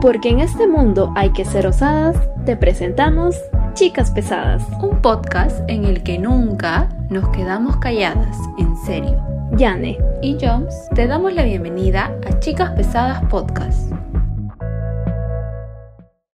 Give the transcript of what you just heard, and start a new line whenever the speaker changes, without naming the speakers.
Porque en este mundo hay que ser osadas, te presentamos Chicas Pesadas.
Un podcast en el que nunca nos quedamos calladas, en serio.
Yane,
Y Joms, te damos la bienvenida a Chicas Pesadas Podcast.